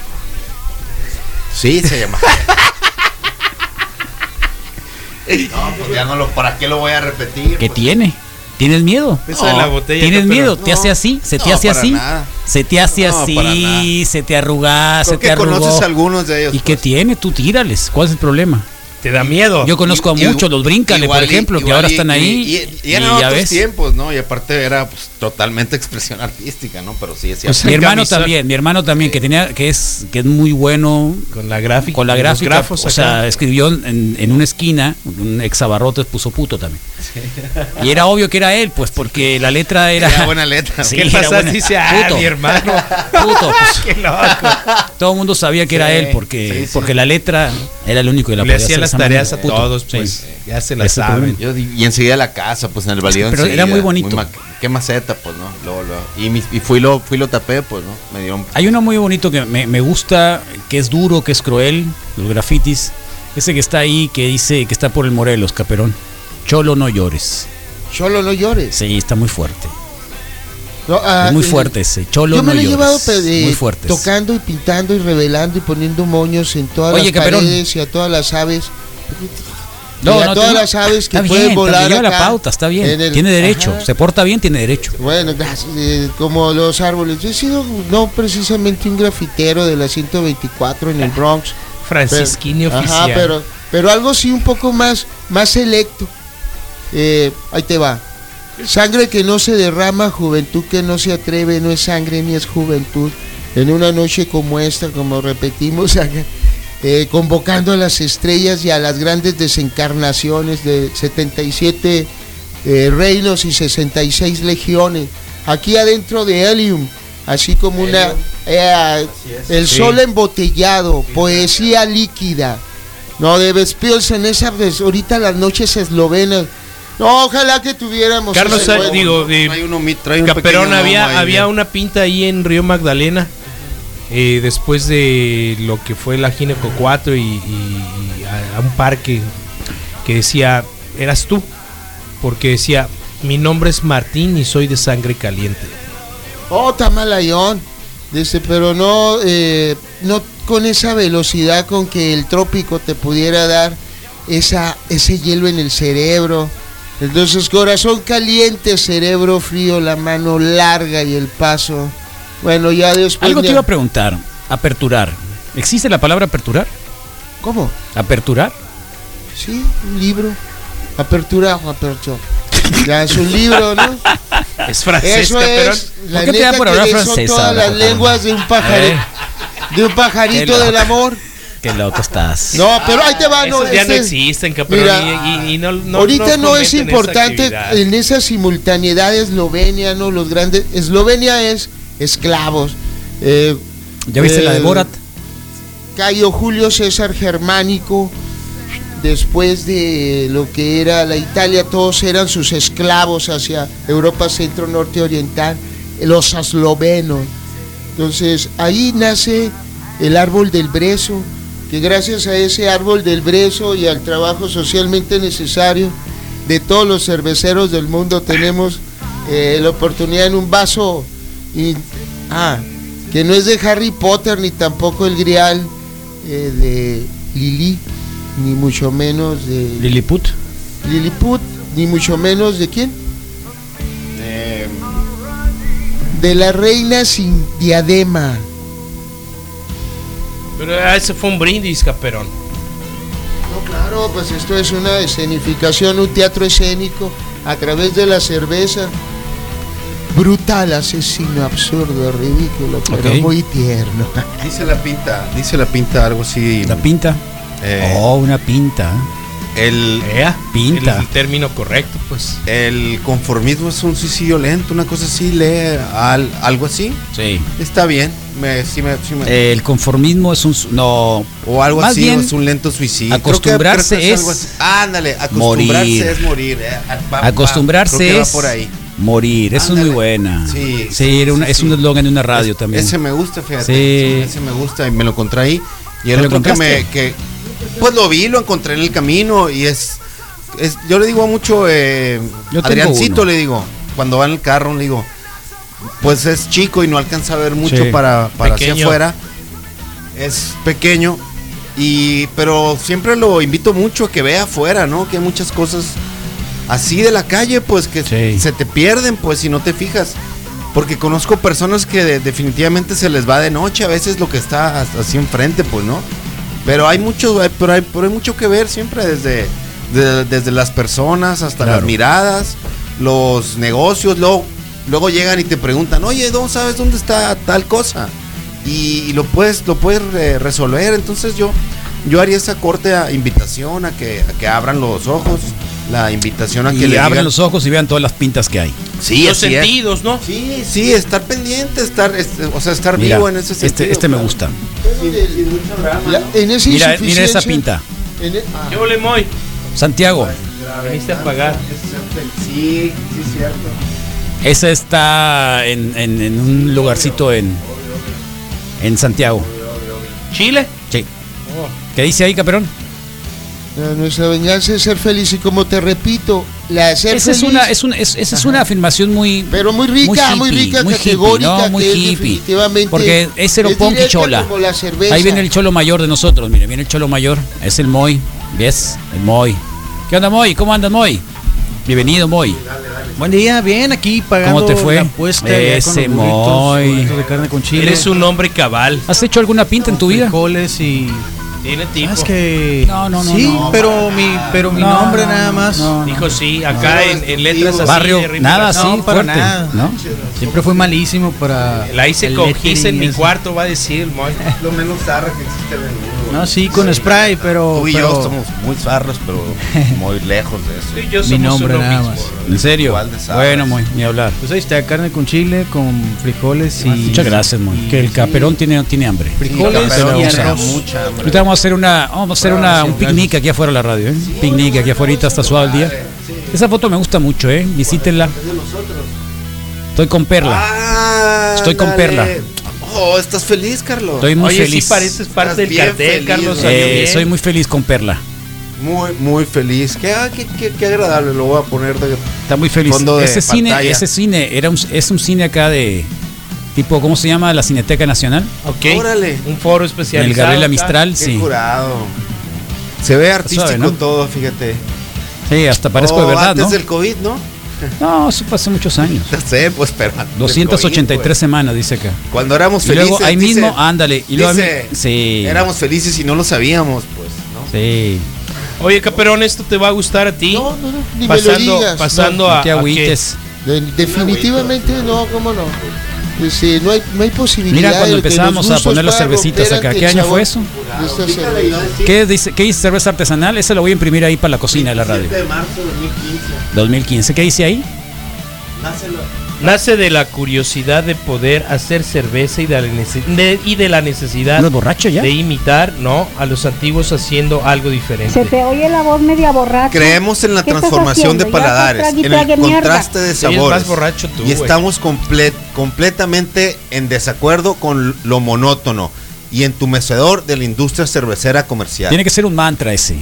Speaker 7: Sí, se llama. no, pues ya no lo, ¿para qué lo voy a repetir?
Speaker 5: ¿Qué
Speaker 7: Pues,
Speaker 5: tiene? ¿Tienes miedo?
Speaker 8: Eso de la botella,
Speaker 5: ¿Tienes
Speaker 8: no, pero-
Speaker 5: miedo? ¿Te hace así? ¿Se te
Speaker 7: No,
Speaker 5: hace
Speaker 7: para
Speaker 5: así?
Speaker 7: nada.
Speaker 5: ¿Se te hace
Speaker 7: No, para
Speaker 5: así?
Speaker 7: nada.
Speaker 5: ¿Se te arruga? ¿Se
Speaker 7: Creo
Speaker 5: te
Speaker 7: que
Speaker 5: arrugó?
Speaker 7: conoces algunos de ellos.
Speaker 5: ¿Y qué
Speaker 7: pues.
Speaker 5: tiene? Tú tírales. ¿Cuál es el problema?
Speaker 8: Te da miedo.
Speaker 5: Yo conozco a
Speaker 7: Y-
Speaker 5: muchos, los bríncale, por
Speaker 7: Pues igual y-
Speaker 5: ejemplo, que
Speaker 7: igual
Speaker 5: ahora
Speaker 7: y-
Speaker 5: están ahí.
Speaker 7: Y, y- y eran
Speaker 5: y ya
Speaker 7: otros
Speaker 5: ves.
Speaker 7: tiempos, ¿no? Y aparte era pues, totalmente expresión artística, ¿no? Pero sí, sí.
Speaker 8: O sea,
Speaker 5: Mi hermano
Speaker 8: camisón.
Speaker 5: también, mi hermano también, que tenía, que es, que es muy bueno
Speaker 8: Con la gráfica.
Speaker 5: con la
Speaker 8: los
Speaker 5: gráfica.
Speaker 8: grafos
Speaker 5: O
Speaker 8: acá.
Speaker 5: sea, escribió en, en una esquina, un exabarrotes puso puto también. Y era obvio que era él, pues, porque la letra era.
Speaker 7: Era buena letra.
Speaker 5: Sí,
Speaker 8: ¿Qué
Speaker 5: era
Speaker 8: pasa?
Speaker 5: buena.
Speaker 8: Dice, ah,
Speaker 5: Puto.
Speaker 8: mi hermano.
Speaker 5: Puto, pues.
Speaker 8: Qué loco.
Speaker 5: Todo el mundo sabía que era
Speaker 7: Sí,
Speaker 5: él porque,
Speaker 7: sí, sí.
Speaker 5: porque la letra era el único que la
Speaker 8: Le
Speaker 5: podía
Speaker 8: hacía
Speaker 5: hacer
Speaker 8: las
Speaker 5: esa manera.
Speaker 8: tareas a
Speaker 5: Puto,
Speaker 8: todos,
Speaker 5: sí.
Speaker 8: pues. Ya se las
Speaker 5: Ese
Speaker 8: saben.
Speaker 5: problema.
Speaker 7: Yo di- y enseguida la casa, pues en el
Speaker 5: que-
Speaker 7: baldío.
Speaker 5: pero era
Speaker 7: enseguida,
Speaker 5: muy bonito.
Speaker 7: ma- qué maceta, pues, ¿no? Luego, luego. Y, mis- y fui, lo, fui lo tapé, pues, ¿no? Me dio un...
Speaker 5: Hay uno muy bonito que me, me gusta, que es duro, que es cruel, los grafitis. Ese que está ahí, que dice que está por el Morelos, Caperón. Cholo, no llores.
Speaker 6: Cholo, no llores.
Speaker 5: Sí, está muy fuerte.
Speaker 6: No, ah,
Speaker 5: Es muy
Speaker 6: eh,
Speaker 5: fuerte ese. Cholo,
Speaker 6: Yo
Speaker 5: no
Speaker 6: me lo he
Speaker 5: llores.
Speaker 6: llevado pues, eh,
Speaker 5: muy fuerte.
Speaker 6: tocando y pintando y revelando y poniendo moños en todas
Speaker 5: Oye,
Speaker 6: las
Speaker 5: Caperón.
Speaker 6: paredes y a todas las aves.
Speaker 5: No,
Speaker 6: y a
Speaker 5: no,
Speaker 6: todas
Speaker 5: te-
Speaker 6: las aves que
Speaker 5: está
Speaker 6: pueden
Speaker 5: bien,
Speaker 6: volar.
Speaker 5: lleva la
Speaker 6: acá
Speaker 5: pauta, está bien.
Speaker 6: en el-
Speaker 5: tiene derecho.
Speaker 6: Ajá.
Speaker 5: Se porta bien, tiene derecho.
Speaker 6: Bueno, gracias, eh, como los árboles. Yo he sido no precisamente un grafitero de la 124 en el
Speaker 5: Ah.
Speaker 6: Bronx.
Speaker 8: Francisquini
Speaker 6: Pero-
Speaker 8: oficial.
Speaker 6: Ajá, pero, pero algo sí un poco más, más selecto. Eh, ahí te va. Sangre que no se derrama, juventud que no se atreve, no es sangre ni es juventud. En una noche como esta, como repetimos acá, eh, convocando a las estrellas y a las grandes desencarnaciones de 77 eh, reinos y 66 legiones, aquí adentro de Helium, así como una... eh, el
Speaker 8: Sí.
Speaker 6: sol embotellado, poesía líquida. No, de Bespiels en esas, pues, ahorita las noches eslovenas. No, ojalá que tuviéramos.
Speaker 8: Carlos,
Speaker 6: ese
Speaker 8: ah,
Speaker 6: juego.
Speaker 8: digo, eh,
Speaker 7: Trae un omi- trae un
Speaker 8: Caperón,
Speaker 7: pequeño
Speaker 8: había,
Speaker 7: gnomo ahí,
Speaker 8: había
Speaker 7: eh.
Speaker 8: una pinta ahí en Río Magdalena, eh, después de lo que fue la Gineco 4 y, y- y a, a un parque que decía, eras tú, porque decía, mi nombre es Martín y soy de sangre caliente.
Speaker 6: Oh, Tamalayón. Dice, pero no, eh, no con esa velocidad con que el trópico te pudiera dar esa, ese hielo en el cerebro. Entonces, corazón caliente, cerebro frío, la mano larga y el paso. Bueno, ya después.
Speaker 5: Algo
Speaker 6: de-
Speaker 5: te iba a preguntar. Aperturar. ¿Existe la palabra aperturar?
Speaker 6: ¿Cómo?
Speaker 5: ¿Aperturar?
Speaker 6: Sí, un libro. Apertura, apertura. Ya es un libro, ¿no?
Speaker 8: Es francés,
Speaker 6: Eso
Speaker 8: Caperón.
Speaker 6: es. La
Speaker 5: ¿Por qué te da
Speaker 6: neta
Speaker 5: por
Speaker 6: que
Speaker 5: hablar
Speaker 6: son
Speaker 5: francés
Speaker 6: todas
Speaker 5: ahora,
Speaker 6: las
Speaker 5: Caperón?
Speaker 6: lenguas de un pajarito,
Speaker 5: Eh.
Speaker 6: de un pajarito
Speaker 5: Qué
Speaker 6: del
Speaker 5: loco.
Speaker 6: amor.
Speaker 5: Qué loco estás.
Speaker 6: No, pero ahí te va, no.
Speaker 8: Esos ya no
Speaker 6: este-
Speaker 8: existen, Caperón.
Speaker 6: mira,
Speaker 8: y- y- y no- no-
Speaker 6: Ahorita no, es
Speaker 8: fomenten esa
Speaker 6: importante
Speaker 8: actividad.
Speaker 6: en esa simultaneidad eslovenia, ¿no? Los grandes. Eslovenia es esclavos. Eh,
Speaker 5: ¿Ya viste la de
Speaker 6: eh,
Speaker 5: Borat?
Speaker 6: Cayo Julio César Germánico, después de lo que era la Italia, todos eran sus esclavos hacia Europa Centro Norte Oriental, los eslovenos. Entonces ahí nace el árbol del brezo, que gracias a ese árbol del brezo y al trabajo socialmente necesario de todos los cerveceros del mundo tenemos eh, la oportunidad en un vaso y- ah, que no es de Harry Potter ni tampoco el grial eh, de Lili, ni mucho menos de
Speaker 5: Lilliput.
Speaker 6: Lilliput, ni mucho menos de quién?
Speaker 7: Eh,
Speaker 6: De la reina sin diadema.
Speaker 8: Pero ah, ese fue un brindis, Caperón.
Speaker 6: No, claro, pues esto es una escenificación, un teatro escénico a través de la cerveza. Brutal, asesino, absurdo, ridículo, pero
Speaker 5: Ok.
Speaker 6: muy tierno.
Speaker 7: dice la pinta, dice la pinta algo así.
Speaker 5: La pinta.
Speaker 7: eh,
Speaker 5: Oh, una pinta. ¿eh?
Speaker 7: el,
Speaker 8: Ea,
Speaker 5: Pinta.
Speaker 8: El, el término correcto, pues.
Speaker 7: el conformismo es un suicidio lento, una cosa así, lee al- algo así.
Speaker 5: Sí.
Speaker 7: Está bien, me, sí me- sí me-
Speaker 5: El conformismo es un... su- No.
Speaker 7: o algo
Speaker 5: más
Speaker 7: así,
Speaker 5: bien,
Speaker 7: o es un lento suicidio. Creo que-
Speaker 5: acostumbrarse
Speaker 7: creo que algo
Speaker 5: es
Speaker 7: así. Ándale, acostumbrarse
Speaker 5: morir.
Speaker 7: es morir. eh, va- va, creo que
Speaker 5: Acostumbrarse
Speaker 7: va
Speaker 5: es
Speaker 7: por ahí.
Speaker 5: morir. Esa es
Speaker 7: Ándale.
Speaker 5: muy buena.
Speaker 7: Sí,
Speaker 5: era una-
Speaker 7: sí,
Speaker 5: es
Speaker 7: sí.
Speaker 5: un eslogan de una radio
Speaker 7: Es-
Speaker 5: también.
Speaker 7: Ese me gusta, fíjate.
Speaker 5: Sí.
Speaker 7: sí, ese me gusta y me lo encontré ahí. Y el
Speaker 5: ¿Te lo
Speaker 7: otro que me.
Speaker 5: encontraste?
Speaker 7: Que, pues lo vi, lo encontré en el camino y es. es- yo le digo mucho. eh,
Speaker 5: Yo tengo
Speaker 7: Adriancito
Speaker 5: uno.
Speaker 7: le digo. Cuando va en el carro, le digo. Pues es chico y no alcanza a ver mucho
Speaker 5: Sí.
Speaker 7: para, para hacia
Speaker 8: Pequeño.
Speaker 7: afuera. Es pequeño. Y, pero siempre lo invito mucho a que vea afuera, ¿no? Que hay muchas cosas así de la calle, pues que
Speaker 5: Sí.
Speaker 7: se te pierden, pues si no te fijas. Porque conozco personas que de- definitivamente se les va de noche a veces lo que está as- así enfrente, pues, ¿no? Pero hay mucho, hay- pero hay, pero hay mucho que ver siempre desde, de- desde las personas hasta
Speaker 5: Claro.
Speaker 7: las miradas, los negocios, luego, luego llegan y te preguntan, oye, ¿no sabes dónde está tal cosa? Y, y lo puedes, lo puedes eh, resolver. Entonces yo, yo haría esa corte a- invitación a que, a que abran los ojos, la invitación a que
Speaker 5: y
Speaker 7: le
Speaker 5: abran
Speaker 7: digan-
Speaker 5: los ojos y vean todas las pintas que hay.
Speaker 7: Sí,
Speaker 8: Los
Speaker 7: así es.
Speaker 8: sentidos, ¿no?
Speaker 7: Sí, sí, estar pendiente, estar, este, o sea, estar
Speaker 5: Mira,
Speaker 7: vivo en ese sentido.
Speaker 5: este, este me
Speaker 7: claro.
Speaker 5: gusta.
Speaker 6: La- en esa
Speaker 5: Mira, mira esa
Speaker 6: insuficiencia-
Speaker 5: pinta.
Speaker 6: en e- ah,
Speaker 8: Yo le moy.
Speaker 5: Santiago,
Speaker 8: Viniste a pagar.
Speaker 7: Sí, sí, cierto.
Speaker 5: esa está en, en- en un lugarcito en, en Santiago.
Speaker 8: Chile.
Speaker 5: Sí.
Speaker 7: Oh.
Speaker 5: ¿Qué dice ahí, Caperón?
Speaker 6: no, nuestra venganza es ser feliz y como te repito, la ser
Speaker 5: Esa es
Speaker 6: feliz,
Speaker 5: una, es un- es- esa es una afirmación muy.
Speaker 6: pero muy rica, muy,
Speaker 5: hippie,
Speaker 6: rica,
Speaker 5: muy hippie,
Speaker 6: categórica,
Speaker 5: no, muy
Speaker 6: que es
Speaker 5: hippie.
Speaker 6: definitivamente
Speaker 5: Porque es cero
Speaker 6: es
Speaker 5: punk y
Speaker 6: directa
Speaker 5: chola.
Speaker 6: como la cerveza.
Speaker 5: Ahí viene el cholo mayor de nosotros. Mire, viene el cholo mayor. Es el Moy. ¿Ves? El Moy. ¿Qué onda, Moy? ¿Cómo andas, Moy? Bienvenido, Moy.
Speaker 11: Buen día, bien, aquí pagando
Speaker 5: ¿Cómo te fue?
Speaker 11: la apuesta allá con
Speaker 5: Ese
Speaker 11: los burritos,
Speaker 5: moy.
Speaker 11: burritos de carne con chile,
Speaker 8: Eres un hombre cabal.
Speaker 5: ¿Has hecho alguna pinta en tu vida?
Speaker 11: frijoles y
Speaker 8: Tiene tipo.
Speaker 11: Es que
Speaker 5: No, no, no,
Speaker 11: Sí,
Speaker 5: no.
Speaker 11: pero mi pero mi
Speaker 5: No,
Speaker 11: nombre
Speaker 5: no,
Speaker 11: nada
Speaker 5: no,
Speaker 11: más.
Speaker 5: no, no.
Speaker 8: Dijo sí, acá
Speaker 7: No,
Speaker 8: en, en letras así.
Speaker 5: Barrio,
Speaker 8: de ritmo
Speaker 5: nada,
Speaker 8: latino.
Speaker 5: sí,
Speaker 11: No, para
Speaker 5: fuerte,
Speaker 11: nada.
Speaker 5: ¿no?
Speaker 11: Siempre fui malísimo para
Speaker 8: La hice
Speaker 11: el
Speaker 8: con
Speaker 11: lettering
Speaker 8: gis en
Speaker 11: y
Speaker 8: mi
Speaker 11: eso.
Speaker 8: cuarto, va a decir el Moy.
Speaker 7: Lo menos zarra que existe en el mundo.
Speaker 11: No, sí, con spray,
Speaker 5: Oh,
Speaker 11: pero
Speaker 7: Tú y
Speaker 11: pero-
Speaker 7: yo somos muy zarros, pero muy lejos de eso.
Speaker 8: Tú y yo
Speaker 11: Mi
Speaker 8: somos
Speaker 11: nombre
Speaker 8: uno
Speaker 11: nada
Speaker 8: mismo.
Speaker 11: más.
Speaker 5: ¿En serio?
Speaker 7: Igual de sabes.
Speaker 5: Bueno, muy, ni hablar.
Speaker 11: Pues ahí está carne con chile con frijoles y
Speaker 5: Muchas gracias, Mon.
Speaker 11: y-
Speaker 5: Que el caperón tiene, tiene hambre.
Speaker 11: frijoles
Speaker 5: Sí, caperón,
Speaker 11: y
Speaker 5: o
Speaker 11: arroz.
Speaker 5: sea,
Speaker 7: mucha hambre.
Speaker 5: Ahorita vamos a hacer una, vamos a hacer una, un picnic aquí afuera de la radio, ¿eh? Picnic aquí afuera, está suave el día. Esa foto me gusta mucho, ¿eh? Visítenla. Estoy con Perla.
Speaker 7: Ah,
Speaker 5: Estoy con Perla.
Speaker 7: Oh, estás feliz, Carlos.
Speaker 5: Estoy muy
Speaker 8: Oye,
Speaker 5: feliz.
Speaker 8: sí pareces parte
Speaker 7: Estás
Speaker 8: del
Speaker 7: bien
Speaker 8: cartel,
Speaker 7: feliz,
Speaker 8: Carlos.
Speaker 7: ¿no?
Speaker 8: salió
Speaker 5: Eh,
Speaker 8: bien.
Speaker 5: soy muy feliz con Perla.
Speaker 7: muy, muy feliz. Qué, ah, qué, qué- qué agradable, lo voy a poner de
Speaker 5: Está muy feliz.
Speaker 7: Fondo de
Speaker 5: Ese cine,
Speaker 7: pantalla.
Speaker 5: ese cine era un, es un cine acá de tipo, ¿cómo se llama? La Cineteca Nacional.
Speaker 8: Ok.
Speaker 7: Órale.
Speaker 8: Un foro
Speaker 5: En
Speaker 8: especializado.
Speaker 5: el Gabriela
Speaker 8: acá.
Speaker 5: Mistral,
Speaker 7: Qué
Speaker 5: sí.
Speaker 7: curado. Se ve artístico
Speaker 5: Suave, ¿no?
Speaker 7: todo, fíjate.
Speaker 5: Sí, hasta parezco de
Speaker 7: Oh,
Speaker 5: verdad,
Speaker 7: antes
Speaker 5: ¿no?
Speaker 7: del COVID, ¿no?
Speaker 5: No, eso pasó muchos años.
Speaker 7: Ya sé, pues, pero. antes del
Speaker 5: 283
Speaker 7: COVID,
Speaker 5: semanas, dice acá.
Speaker 7: güey. Cuando éramos
Speaker 5: Y
Speaker 7: felices.
Speaker 5: luego ahí
Speaker 7: dice-
Speaker 5: mismo, ándale. Y luego ahí
Speaker 7: dice,
Speaker 5: mi- sí.
Speaker 7: Éramos felices y no lo sabíamos, pues, ¿no?
Speaker 5: Sí.
Speaker 8: Oye, Caperón, esto te va a gustar a ti.
Speaker 6: No, no, no, ni
Speaker 8: pasando,
Speaker 6: me lo digas.
Speaker 8: pasando
Speaker 5: No
Speaker 8: a,
Speaker 5: te
Speaker 8: a
Speaker 5: agüites.
Speaker 6: No, de- definitivamente no, cómo no. Pues, eh, no, hay, no hay posibilidad.
Speaker 5: Mira, cuando
Speaker 6: de que los
Speaker 5: empezamos a
Speaker 6: gustos
Speaker 5: poner las
Speaker 6: puedan
Speaker 5: cervecitas
Speaker 6: romper
Speaker 5: acá,
Speaker 6: ante
Speaker 7: este
Speaker 5: ¿qué
Speaker 6: el
Speaker 5: año
Speaker 6: sabor
Speaker 5: fue eso?
Speaker 6: de esta cerveza?
Speaker 5: ¿Qué dice? ¿Qué dice cerveza artesanal? Esa la voy a imprimir ahí para la cocina de la radio.
Speaker 7: de marzo de 2015.
Speaker 5: 2015. ¿Qué dice ahí?
Speaker 8: que nace de la curiosidad de poder hacer cerveza y de la, nece- de- y de la necesidad
Speaker 5: ¿No es borracho ya?
Speaker 8: de imitar, ¿no? A los antiguos haciendo algo diferente.
Speaker 9: oye la voz media borracha.
Speaker 7: Creemos en la
Speaker 9: ¿Qué estás
Speaker 7: transformación
Speaker 9: haciendo?
Speaker 7: de
Speaker 9: Ya estás
Speaker 7: paladares,
Speaker 9: tragui,
Speaker 7: en
Speaker 9: trague
Speaker 7: el
Speaker 9: mierda.
Speaker 7: contraste de
Speaker 8: Sí, eres
Speaker 7: sabores.
Speaker 8: más borracho tú,
Speaker 7: y
Speaker 8: güey.
Speaker 7: estamos comple- completamente en desacuerdo con lo monótono y entumecedor de la industria cervecera comercial.
Speaker 5: Tiene que ser un mantra ese.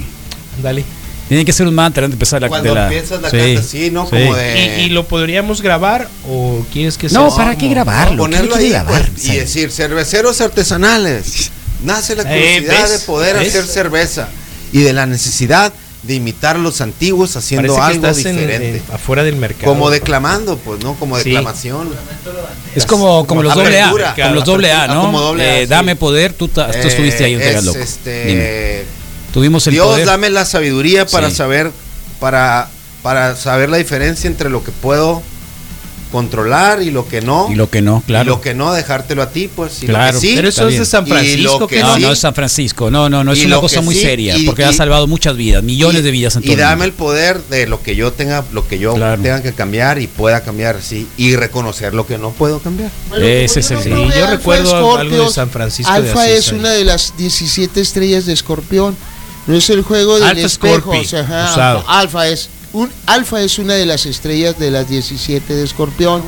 Speaker 8: Dale.
Speaker 5: Tiene que ser un mantra antes de empezar la
Speaker 7: Cuando
Speaker 5: de la-
Speaker 7: empiezas la
Speaker 5: sí.
Speaker 7: canta así, ¿no?
Speaker 5: Sí.
Speaker 7: Como
Speaker 8: ¿Y,
Speaker 7: de...
Speaker 8: y lo podríamos grabar o quieres que sea
Speaker 5: No,
Speaker 8: así?
Speaker 5: ¿para qué grabarlo?
Speaker 7: Ponerlo
Speaker 5: ¿Qué le
Speaker 7: ahí
Speaker 5: quiere grabar?
Speaker 7: pues, y decir, cerveceros artesanales, nace la
Speaker 8: Eh,
Speaker 7: curiosidad
Speaker 8: ¿ves?
Speaker 7: de poder
Speaker 8: ¿ves?
Speaker 7: hacer cerveza y de la necesidad de imitar a los antiguos haciendo
Speaker 8: Parece que
Speaker 7: algo
Speaker 8: estás en-
Speaker 7: diferente.
Speaker 8: en- afuera del mercado.
Speaker 7: como declamando, pues, ¿no? Como
Speaker 8: Sí.
Speaker 7: declamación.
Speaker 5: Es como, como los doble A,
Speaker 7: Apertura.
Speaker 5: como los doble A, ¿no?
Speaker 7: Como doble A,
Speaker 5: Eh,
Speaker 7: sí.
Speaker 5: Dame poder, tú, ta- Ah, tú estuviste ahí,
Speaker 7: Eh,
Speaker 5: un te
Speaker 7: es,
Speaker 5: loco.
Speaker 7: este,
Speaker 5: Dime. Tuvimos el
Speaker 7: Dios,
Speaker 5: poder.
Speaker 7: dame la sabiduría para
Speaker 5: Sí.
Speaker 7: saber, para, para saber la diferencia entre lo que puedo controlar y lo que no.
Speaker 5: Y lo que no,
Speaker 7: Y
Speaker 5: claro.
Speaker 7: lo que no, dejártelo a ti, pues. Y
Speaker 5: Claro.
Speaker 7: lo que sí,
Speaker 8: Pero
Speaker 5: Está
Speaker 8: eso es
Speaker 5: bien.
Speaker 8: de San
Speaker 7: Y lo
Speaker 8: Francisco,
Speaker 7: que
Speaker 8: que
Speaker 5: no,
Speaker 7: sí.
Speaker 5: no es San Francisco. No, no, no, es
Speaker 7: Y
Speaker 5: una
Speaker 7: lo
Speaker 5: cosa
Speaker 7: que
Speaker 5: muy
Speaker 7: sí,
Speaker 5: seria,
Speaker 7: y-
Speaker 5: porque
Speaker 7: y-
Speaker 5: ha salvado muchas vidas, millones
Speaker 7: y-
Speaker 5: de vidas en todo
Speaker 7: Y dame el
Speaker 5: mundo.
Speaker 7: poder de lo que yo tenga, lo que yo
Speaker 5: Claro.
Speaker 7: tenga que cambiar y pueda cambiar, sí. Y reconocer lo que no puedo cambiar.
Speaker 6: Bueno,
Speaker 5: Ese
Speaker 6: como
Speaker 5: es
Speaker 6: yo
Speaker 5: el-
Speaker 6: no
Speaker 5: sí,
Speaker 6: probé
Speaker 8: yo
Speaker 6: Alfa
Speaker 8: recuerdo
Speaker 6: Scorpios,
Speaker 8: algo de San Francisco de
Speaker 6: Alfa
Speaker 8: Asís
Speaker 6: es
Speaker 8: ahí.
Speaker 6: una de las 17 estrellas de escorpión. No es el juego del
Speaker 8: Alfa
Speaker 6: espejo.
Speaker 8: Scorpi,
Speaker 6: o sea, ajá,
Speaker 8: usado.
Speaker 6: Alfa es un Alfa es una de las estrellas de las 17 de escorpión.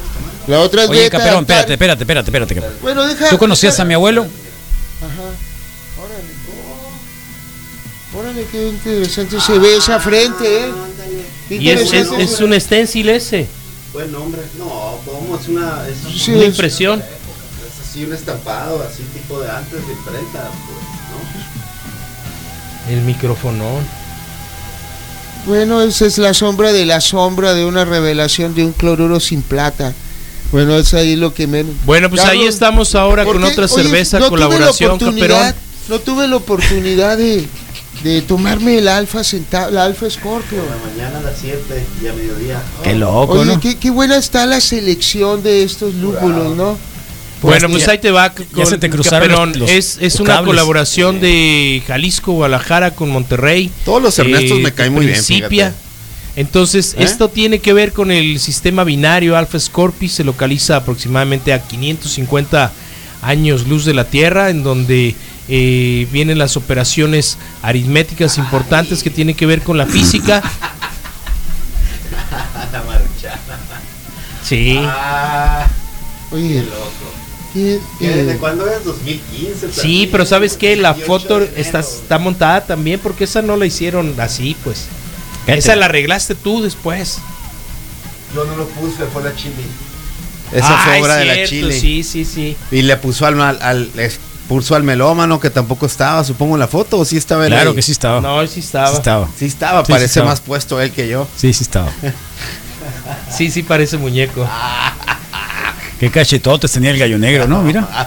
Speaker 6: La otra es
Speaker 5: Oye,
Speaker 6: Beta,
Speaker 5: Caperón,
Speaker 6: Altar.
Speaker 5: espérate, espérate, espérate, espérate. Caperón.
Speaker 6: Bueno, deja.
Speaker 5: ¿Tú conocías
Speaker 6: deja-
Speaker 5: a mi abuelo?
Speaker 6: Órale, qué interesante se ve esa frente, ¿eh? Qué
Speaker 8: Y es, es,
Speaker 6: interesante
Speaker 8: es
Speaker 6: se-
Speaker 8: un stencil ese,
Speaker 7: Buen hombre, no, como es una.
Speaker 6: Sí,
Speaker 8: una
Speaker 6: es-
Speaker 8: impresión.
Speaker 7: así un estampado, así tipo de antes de imprenta, pues,
Speaker 8: El micrófono.
Speaker 6: Bueno, esa es la sombra de la sombra de una revelación de un cloruro sin plata. Bueno, es ahí lo que menos.
Speaker 8: Bueno, pues ahí
Speaker 6: Carlos,
Speaker 8: estamos ahora
Speaker 6: ¿Por
Speaker 8: con
Speaker 6: qué?
Speaker 8: otra
Speaker 6: Oye,
Speaker 8: cerveza,
Speaker 6: no tuve la
Speaker 8: colaboración,
Speaker 6: oportunidad-
Speaker 8: Caperón.
Speaker 6: No tuve la oportunidad de, de tomarme el Alfa Centa- la Alfa Scorpio.
Speaker 7: Mañana a las 7 y a mediodía.
Speaker 5: Qué loco,
Speaker 6: Oye,
Speaker 5: ¿no?
Speaker 6: qué, qué buena está la selección de estos lúpulos, ¿no?
Speaker 8: Bueno, pues ahí te va, con-
Speaker 5: se te cruzaron
Speaker 8: Caperón.
Speaker 5: los- los-
Speaker 8: es es
Speaker 5: los
Speaker 8: una
Speaker 5: cables.
Speaker 8: colaboración de Jalisco, Guadalajara con Monterrey. Eh,
Speaker 7: Todos los Ernestos me caen muy bien,
Speaker 8: Principia.
Speaker 7: fíjate.
Speaker 8: Entonces,
Speaker 7: ¿Eh?
Speaker 8: esto tiene que ver con el sistema binario Alpha Scorpi, se localiza aproximadamente a 550 años luz de la Tierra, en donde eh, vienen las operaciones aritméticas importantes que tienen que ver con la física. Sí.
Speaker 7: Ah.
Speaker 6: Oye, qué- eh,
Speaker 7: cuándo es? 2015.
Speaker 8: Sí, pero ¿sabes qué? La foto está, está montada también porque esa no la hicieron así, pues.
Speaker 5: Fíjate.
Speaker 8: Esa la arreglaste tú después.
Speaker 7: Yo no lo puse, fue la chili. Esa
Speaker 8: Ah,
Speaker 7: fue
Speaker 8: es
Speaker 7: obra de la
Speaker 8: cierto,
Speaker 7: chili.
Speaker 8: Sí, sí, sí.
Speaker 7: Y le puso al, al, al- le puso al melómano que tampoco estaba, supongo, en la foto. ¿O sí estaba él
Speaker 5: Claro
Speaker 7: ahí?
Speaker 5: que sí estaba.
Speaker 8: No, sí estaba.
Speaker 5: Ah, Sí estaba.
Speaker 7: Sí estaba,
Speaker 5: Sí, sí
Speaker 7: parece
Speaker 5: estaba.
Speaker 7: más puesto él que yo.
Speaker 5: Sí, sí estaba. Ah.
Speaker 8: Sí, sí parece muñeco.
Speaker 5: Qué cachetotes tenía el gallo negro, ¿no? Mira.
Speaker 7: Ah,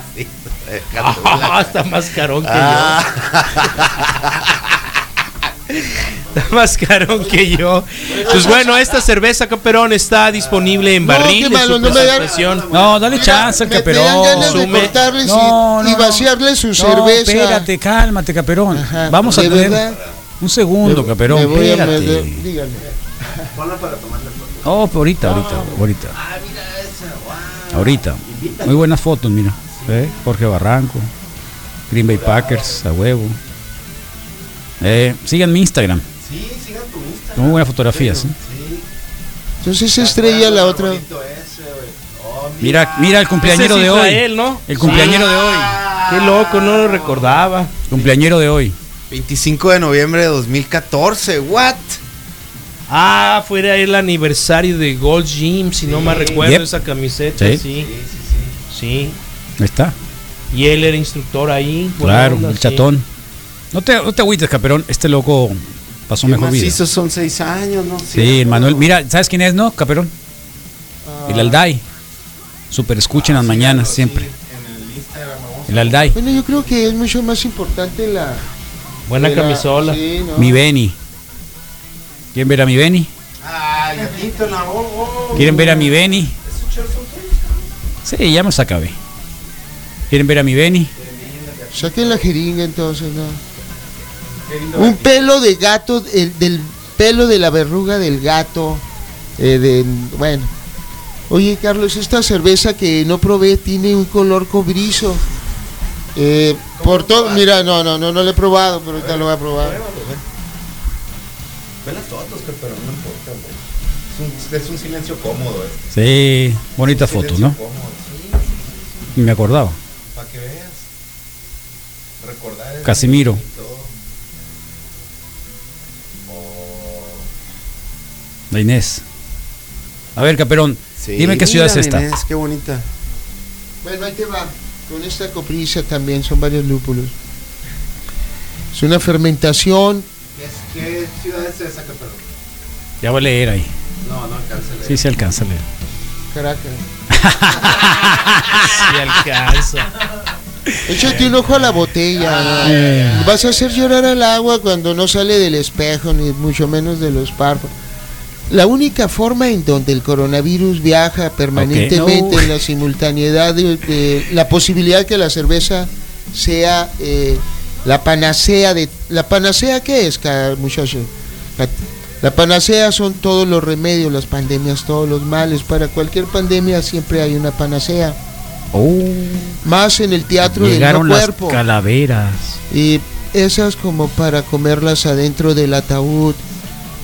Speaker 8: Está más carón que
Speaker 5: Ah.
Speaker 8: yo. Está más carón que yo. Pues bueno, esta cerveza Caperón está disponible en
Speaker 6: No, qué
Speaker 8: barril. de
Speaker 6: malo,
Speaker 8: su
Speaker 6: no me dan-
Speaker 8: presentación.
Speaker 5: No, dale chance al
Speaker 6: Me- me
Speaker 5: caperón.
Speaker 6: dan ganas de
Speaker 8: Sume-
Speaker 6: cortarles y,
Speaker 5: No, no,
Speaker 6: y
Speaker 5: no.
Speaker 6: vaciarle su
Speaker 5: No,
Speaker 6: cerveza.
Speaker 5: Espérate, cálmate, caperón.
Speaker 6: Ajá,
Speaker 5: Vamos a
Speaker 6: ¿de
Speaker 5: tener.
Speaker 6: verdad?
Speaker 5: Un segundo, caperón.
Speaker 6: Me voy a
Speaker 5: espérate.
Speaker 6: meter- dígame.
Speaker 5: Oh, pero ahorita, ahorita, ahorita. Ahorita. Muy buenas fotos, mira. ¿Eh? Jorge Barranco. Green Bay Packers, a huevo. Eh, sigan mi Instagram. Sí, sigan tu Instagram. Tengo buenas fotografías. ¿eh?
Speaker 6: Entonces estrella la otra.
Speaker 5: Mira, mira el cumpleañero
Speaker 8: Ese es
Speaker 5: de hoy.
Speaker 8: Israel, ¿no?
Speaker 5: El cumpleañero de hoy.
Speaker 8: Qué loco, no lo recordaba.
Speaker 5: Cumpleañero de hoy.
Speaker 7: 25 de noviembre de 2014, what?
Speaker 8: Ah, fuera el aniversario de Gold Gym, si no me recuerdo
Speaker 5: Yep.
Speaker 8: esa camiseta,
Speaker 5: Sí.
Speaker 8: sí. Sí, sí.
Speaker 5: Ahí está.
Speaker 8: Y él era instructor ahí. buena
Speaker 5: Claro,
Speaker 8: onda,
Speaker 5: el
Speaker 8: sí.
Speaker 5: chatón. No te, no te agüites, caperón. Este loco pasó
Speaker 7: ¿Qué
Speaker 5: mejor
Speaker 7: más
Speaker 5: vida.
Speaker 7: hizo? Son 6 años, ¿no?
Speaker 5: Sí, el Manuel. Mira, ¿sabes quién es, no, Caperón?
Speaker 6: Ah,
Speaker 5: El Alday. Super escuchen las mañanas siempre. El Alday.
Speaker 6: Bueno, yo creo que es mucho más importante la.
Speaker 8: Buena
Speaker 6: de la-
Speaker 8: camisola.
Speaker 6: sí, ¿no?
Speaker 5: Mi Beni. ¿Quieren ver a mi Beni?
Speaker 7: Ay, gatito en la oh, oh.
Speaker 5: ¿Quieren ver a mi Beni? Sí, ya me los acabé. ¿Quieren ver a mi Beni?
Speaker 6: Saquen la jeringa entonces, ¿no? Un pelo de gato, el, del pelo de la verruga del gato. eh, de- bueno. Oye, Carlos, esta cerveza que no probé tiene un color cobrizo. Eh, por todo, mira, no, no, no, no lo he probado, pero ahorita lo voy a probar.
Speaker 7: Es un- Es un silencio cómodo, eh.
Speaker 5: Sí, bonita foto, ¿no? Ni me acordaba.
Speaker 7: Para que veas. Recordar es
Speaker 5: Casimiro. La Inés. A ver, Caperón, dime qué ciudad es esta.
Speaker 7: Es qué bonita.
Speaker 6: Bueno, ahí te va. Con esta coprisa también son varios lúpulos. Es una fermentación.
Speaker 7: ¿Qué ciudad es esa, Capelón?
Speaker 5: Ya voy a leer ahí.
Speaker 7: No, no alcanza a leer.
Speaker 5: Sí, se alcanza a leer.
Speaker 6: Caracas.
Speaker 8: Si alcanza.
Speaker 6: Échate un ojo a la botella. ¿no?
Speaker 5: Ah,
Speaker 6: Vas a hacer llorar al agua cuando no sale del espejo, ni mucho menos de los párpados. La única forma en donde el coronavirus viaja permanentemente
Speaker 5: No.
Speaker 6: en la simultaneidad de, de la posibilidad que la cerveza sea eh, la panacea de la panacea qué es, ca- muchacho. La, la panacea son todos los remedios, las pandemias, todos los males. Para cualquier pandemia siempre hay una panacea. Más en el teatro
Speaker 5: Oh, Llegaron
Speaker 6: del no
Speaker 5: las
Speaker 6: cuerpo.
Speaker 5: calaveras.
Speaker 6: Y esas como para comerlas adentro del ataúd.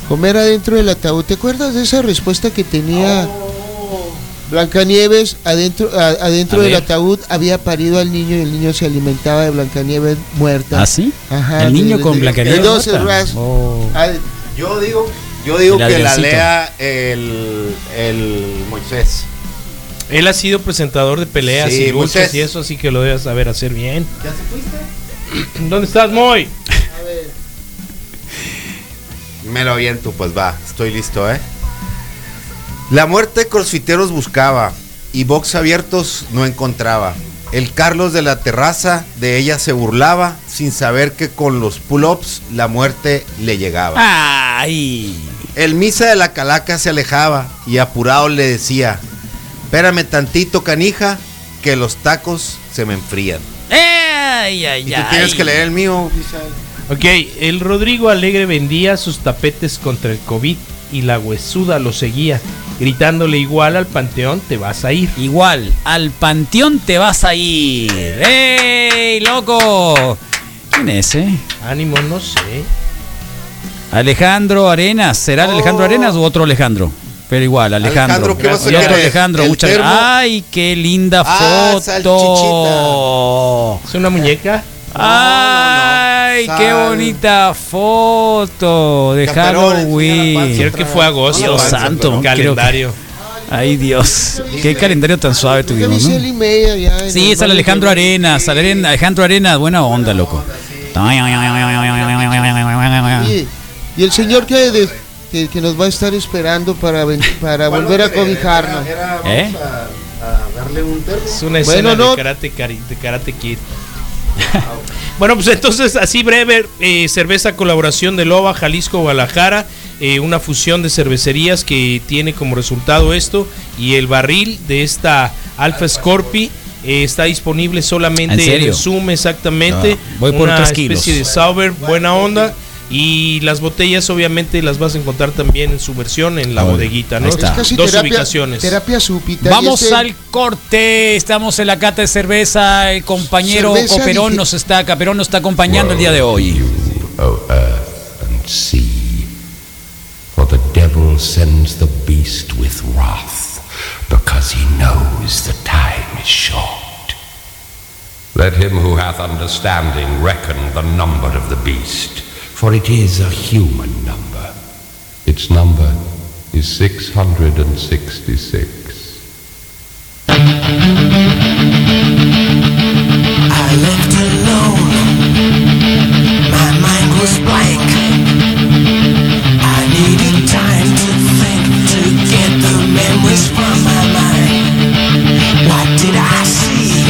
Speaker 6: Comer adentro del ataúd. ¿Te acuerdas de esa respuesta que tenía
Speaker 5: Oh.
Speaker 6: Blancanieves? Adentro, a- adentro
Speaker 8: A
Speaker 6: del
Speaker 8: ver.
Speaker 6: ataúd había parido al niño y el niño se alimentaba de Blancanieves muerta.
Speaker 5: ¿Ah, sí?
Speaker 6: Ajá,
Speaker 5: El niño
Speaker 6: de-
Speaker 5: con
Speaker 6: de-
Speaker 5: Blancanieves
Speaker 6: de doce
Speaker 5: muerta.
Speaker 6: ras-
Speaker 5: Oh.
Speaker 6: Ah, de-
Speaker 7: Yo digo, yo digo
Speaker 5: El
Speaker 7: que la
Speaker 5: avioncito.
Speaker 7: lea el, el Moisés.
Speaker 8: Él ha sido presentador de peleas
Speaker 7: Sí,
Speaker 8: y luchas
Speaker 7: muchas.
Speaker 8: y eso, así que lo debes saber hacer bien. ¿Ya se fuiste? ¿Dónde estás, Moy?
Speaker 7: Me lo aviento, pues va, estoy listo, ¿eh? La muerte de crossfiteros buscaba y box abiertos no encontraba. El Carlos de la terraza de ella se burlaba sin saber que con los pull-ups la muerte le llegaba.
Speaker 5: Ay.
Speaker 7: El misa de la calaca se alejaba y apurado le decía, espérame tantito canija que los tacos se me enfrían.
Speaker 5: Ay, ay,
Speaker 7: Y tú tienes que leer el mío.
Speaker 8: Ok, el Rodrigo Alegre vendía sus tapetes contra el COVID y la huesuda lo seguía, gritándole igual al panteón, te vas a ir.
Speaker 5: Igual, al panteón te vas a ir. ¡Ey, loco! ¿Quién es, eh?
Speaker 8: Ánimo, no sé.
Speaker 5: Alejandro Arenas. ¿Será el Alejandro Arenas u otro Alejandro? Pero igual, Alejandro.
Speaker 7: Alejandro, ¿qué vas a
Speaker 5: Y otro
Speaker 7: querer?
Speaker 5: Alejandro,
Speaker 7: ¿El
Speaker 5: muchas
Speaker 7: termo?
Speaker 5: ¡Ay, qué linda
Speaker 7: Ah,
Speaker 5: foto!
Speaker 8: ¿Es una muñeca?
Speaker 5: ¡Ay,
Speaker 7: no, no.
Speaker 5: qué
Speaker 7: Sal.
Speaker 5: bonita foto de
Speaker 7: Caperones, mira la
Speaker 5: Halloween!
Speaker 8: Creo que fue agosto.
Speaker 5: Dios santo,
Speaker 8: Un
Speaker 5: creo que-
Speaker 8: calendario.
Speaker 5: Ay, Dios. Qué calendario tan suave
Speaker 6: ¿Qué
Speaker 5: tuvimos,
Speaker 6: dice el
Speaker 5: ¿no?
Speaker 6: email allá en
Speaker 5: Sí,
Speaker 6: el
Speaker 5: es al
Speaker 6: baño?
Speaker 5: Alejandro Arenas. al Aren- Alejandro Arenas, buena onda, loco.
Speaker 6: Oye, Y el señor que, de- que, que nos va a estar esperando para, ven- para volver a cobijarnos.
Speaker 5: ¿Eh?
Speaker 7: darle un termo.
Speaker 8: Es una escena de, karate, Cari- de Karate Kid. bueno, pues entonces, así breve, eh, cerveza colaboración de Loba, Jalisco, Guadalajara, eh, una fusión de cervecerías que tiene como resultado esto, y el barril de esta Alfa Scorpi eh, está disponible solamente
Speaker 5: ¿En serio?
Speaker 8: Zoom, exactamente.
Speaker 5: Ah, voy por
Speaker 8: una
Speaker 5: tres
Speaker 8: especie
Speaker 5: kilos.
Speaker 8: de Sauber, buena onda. Y las botellas obviamente las vas a encontrar también en su versión en la
Speaker 5: Obvio.
Speaker 8: bodeguita, ¿no?
Speaker 5: Ah, Ahí está. Es
Speaker 6: casi
Speaker 8: Dos
Speaker 6: terapia-
Speaker 8: ubicaciones.
Speaker 6: Terapia súbita.
Speaker 5: Vamos
Speaker 6: Y este-
Speaker 5: al corte, estamos en la cata de cerveza, el compañero
Speaker 6: Cerveza
Speaker 5: Coperón
Speaker 6: dije-
Speaker 5: nos está, Caperón nos está acompañando el día de hoy.
Speaker 12: O earth and sea, for the devil sends the beast with wrath, because he knows the time is short. Let him who hath understanding reckon the number of the beast, for it is a human number. Its number is 666.
Speaker 4: I lived alone. My mind was blank. I needed time to think to get the memories from my mind. What did I see?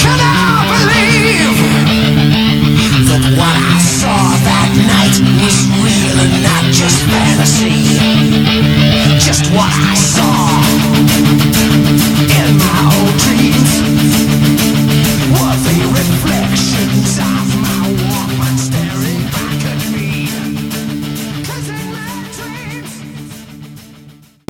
Speaker 4: Can I believe that what I saw that night was real and not just fantasy? Just what I saw.